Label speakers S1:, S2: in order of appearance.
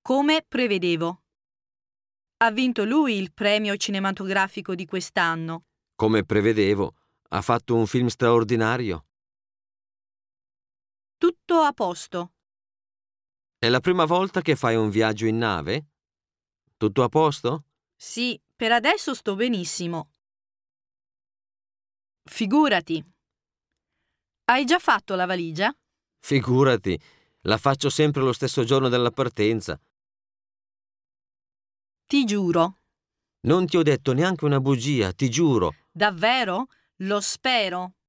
S1: Come prevedevo. Ha vinto lui il premio cinematografico di quest'anno.
S2: Come prevedevo, ha fatto un film straordinario.
S1: Tutto a posto.
S2: È la prima volta che fai un viaggio in nave? Tutto a posto?
S1: Sì, per adesso sto benissimo. Figurati. Hai già fatto la valigia?
S2: Figurati, la faccio sempre lo stesso giorno della partenza.
S1: Ti giuro.
S2: Non ti ho detto neanche una bugia, ti giuro.
S1: Davvero? Lo spero.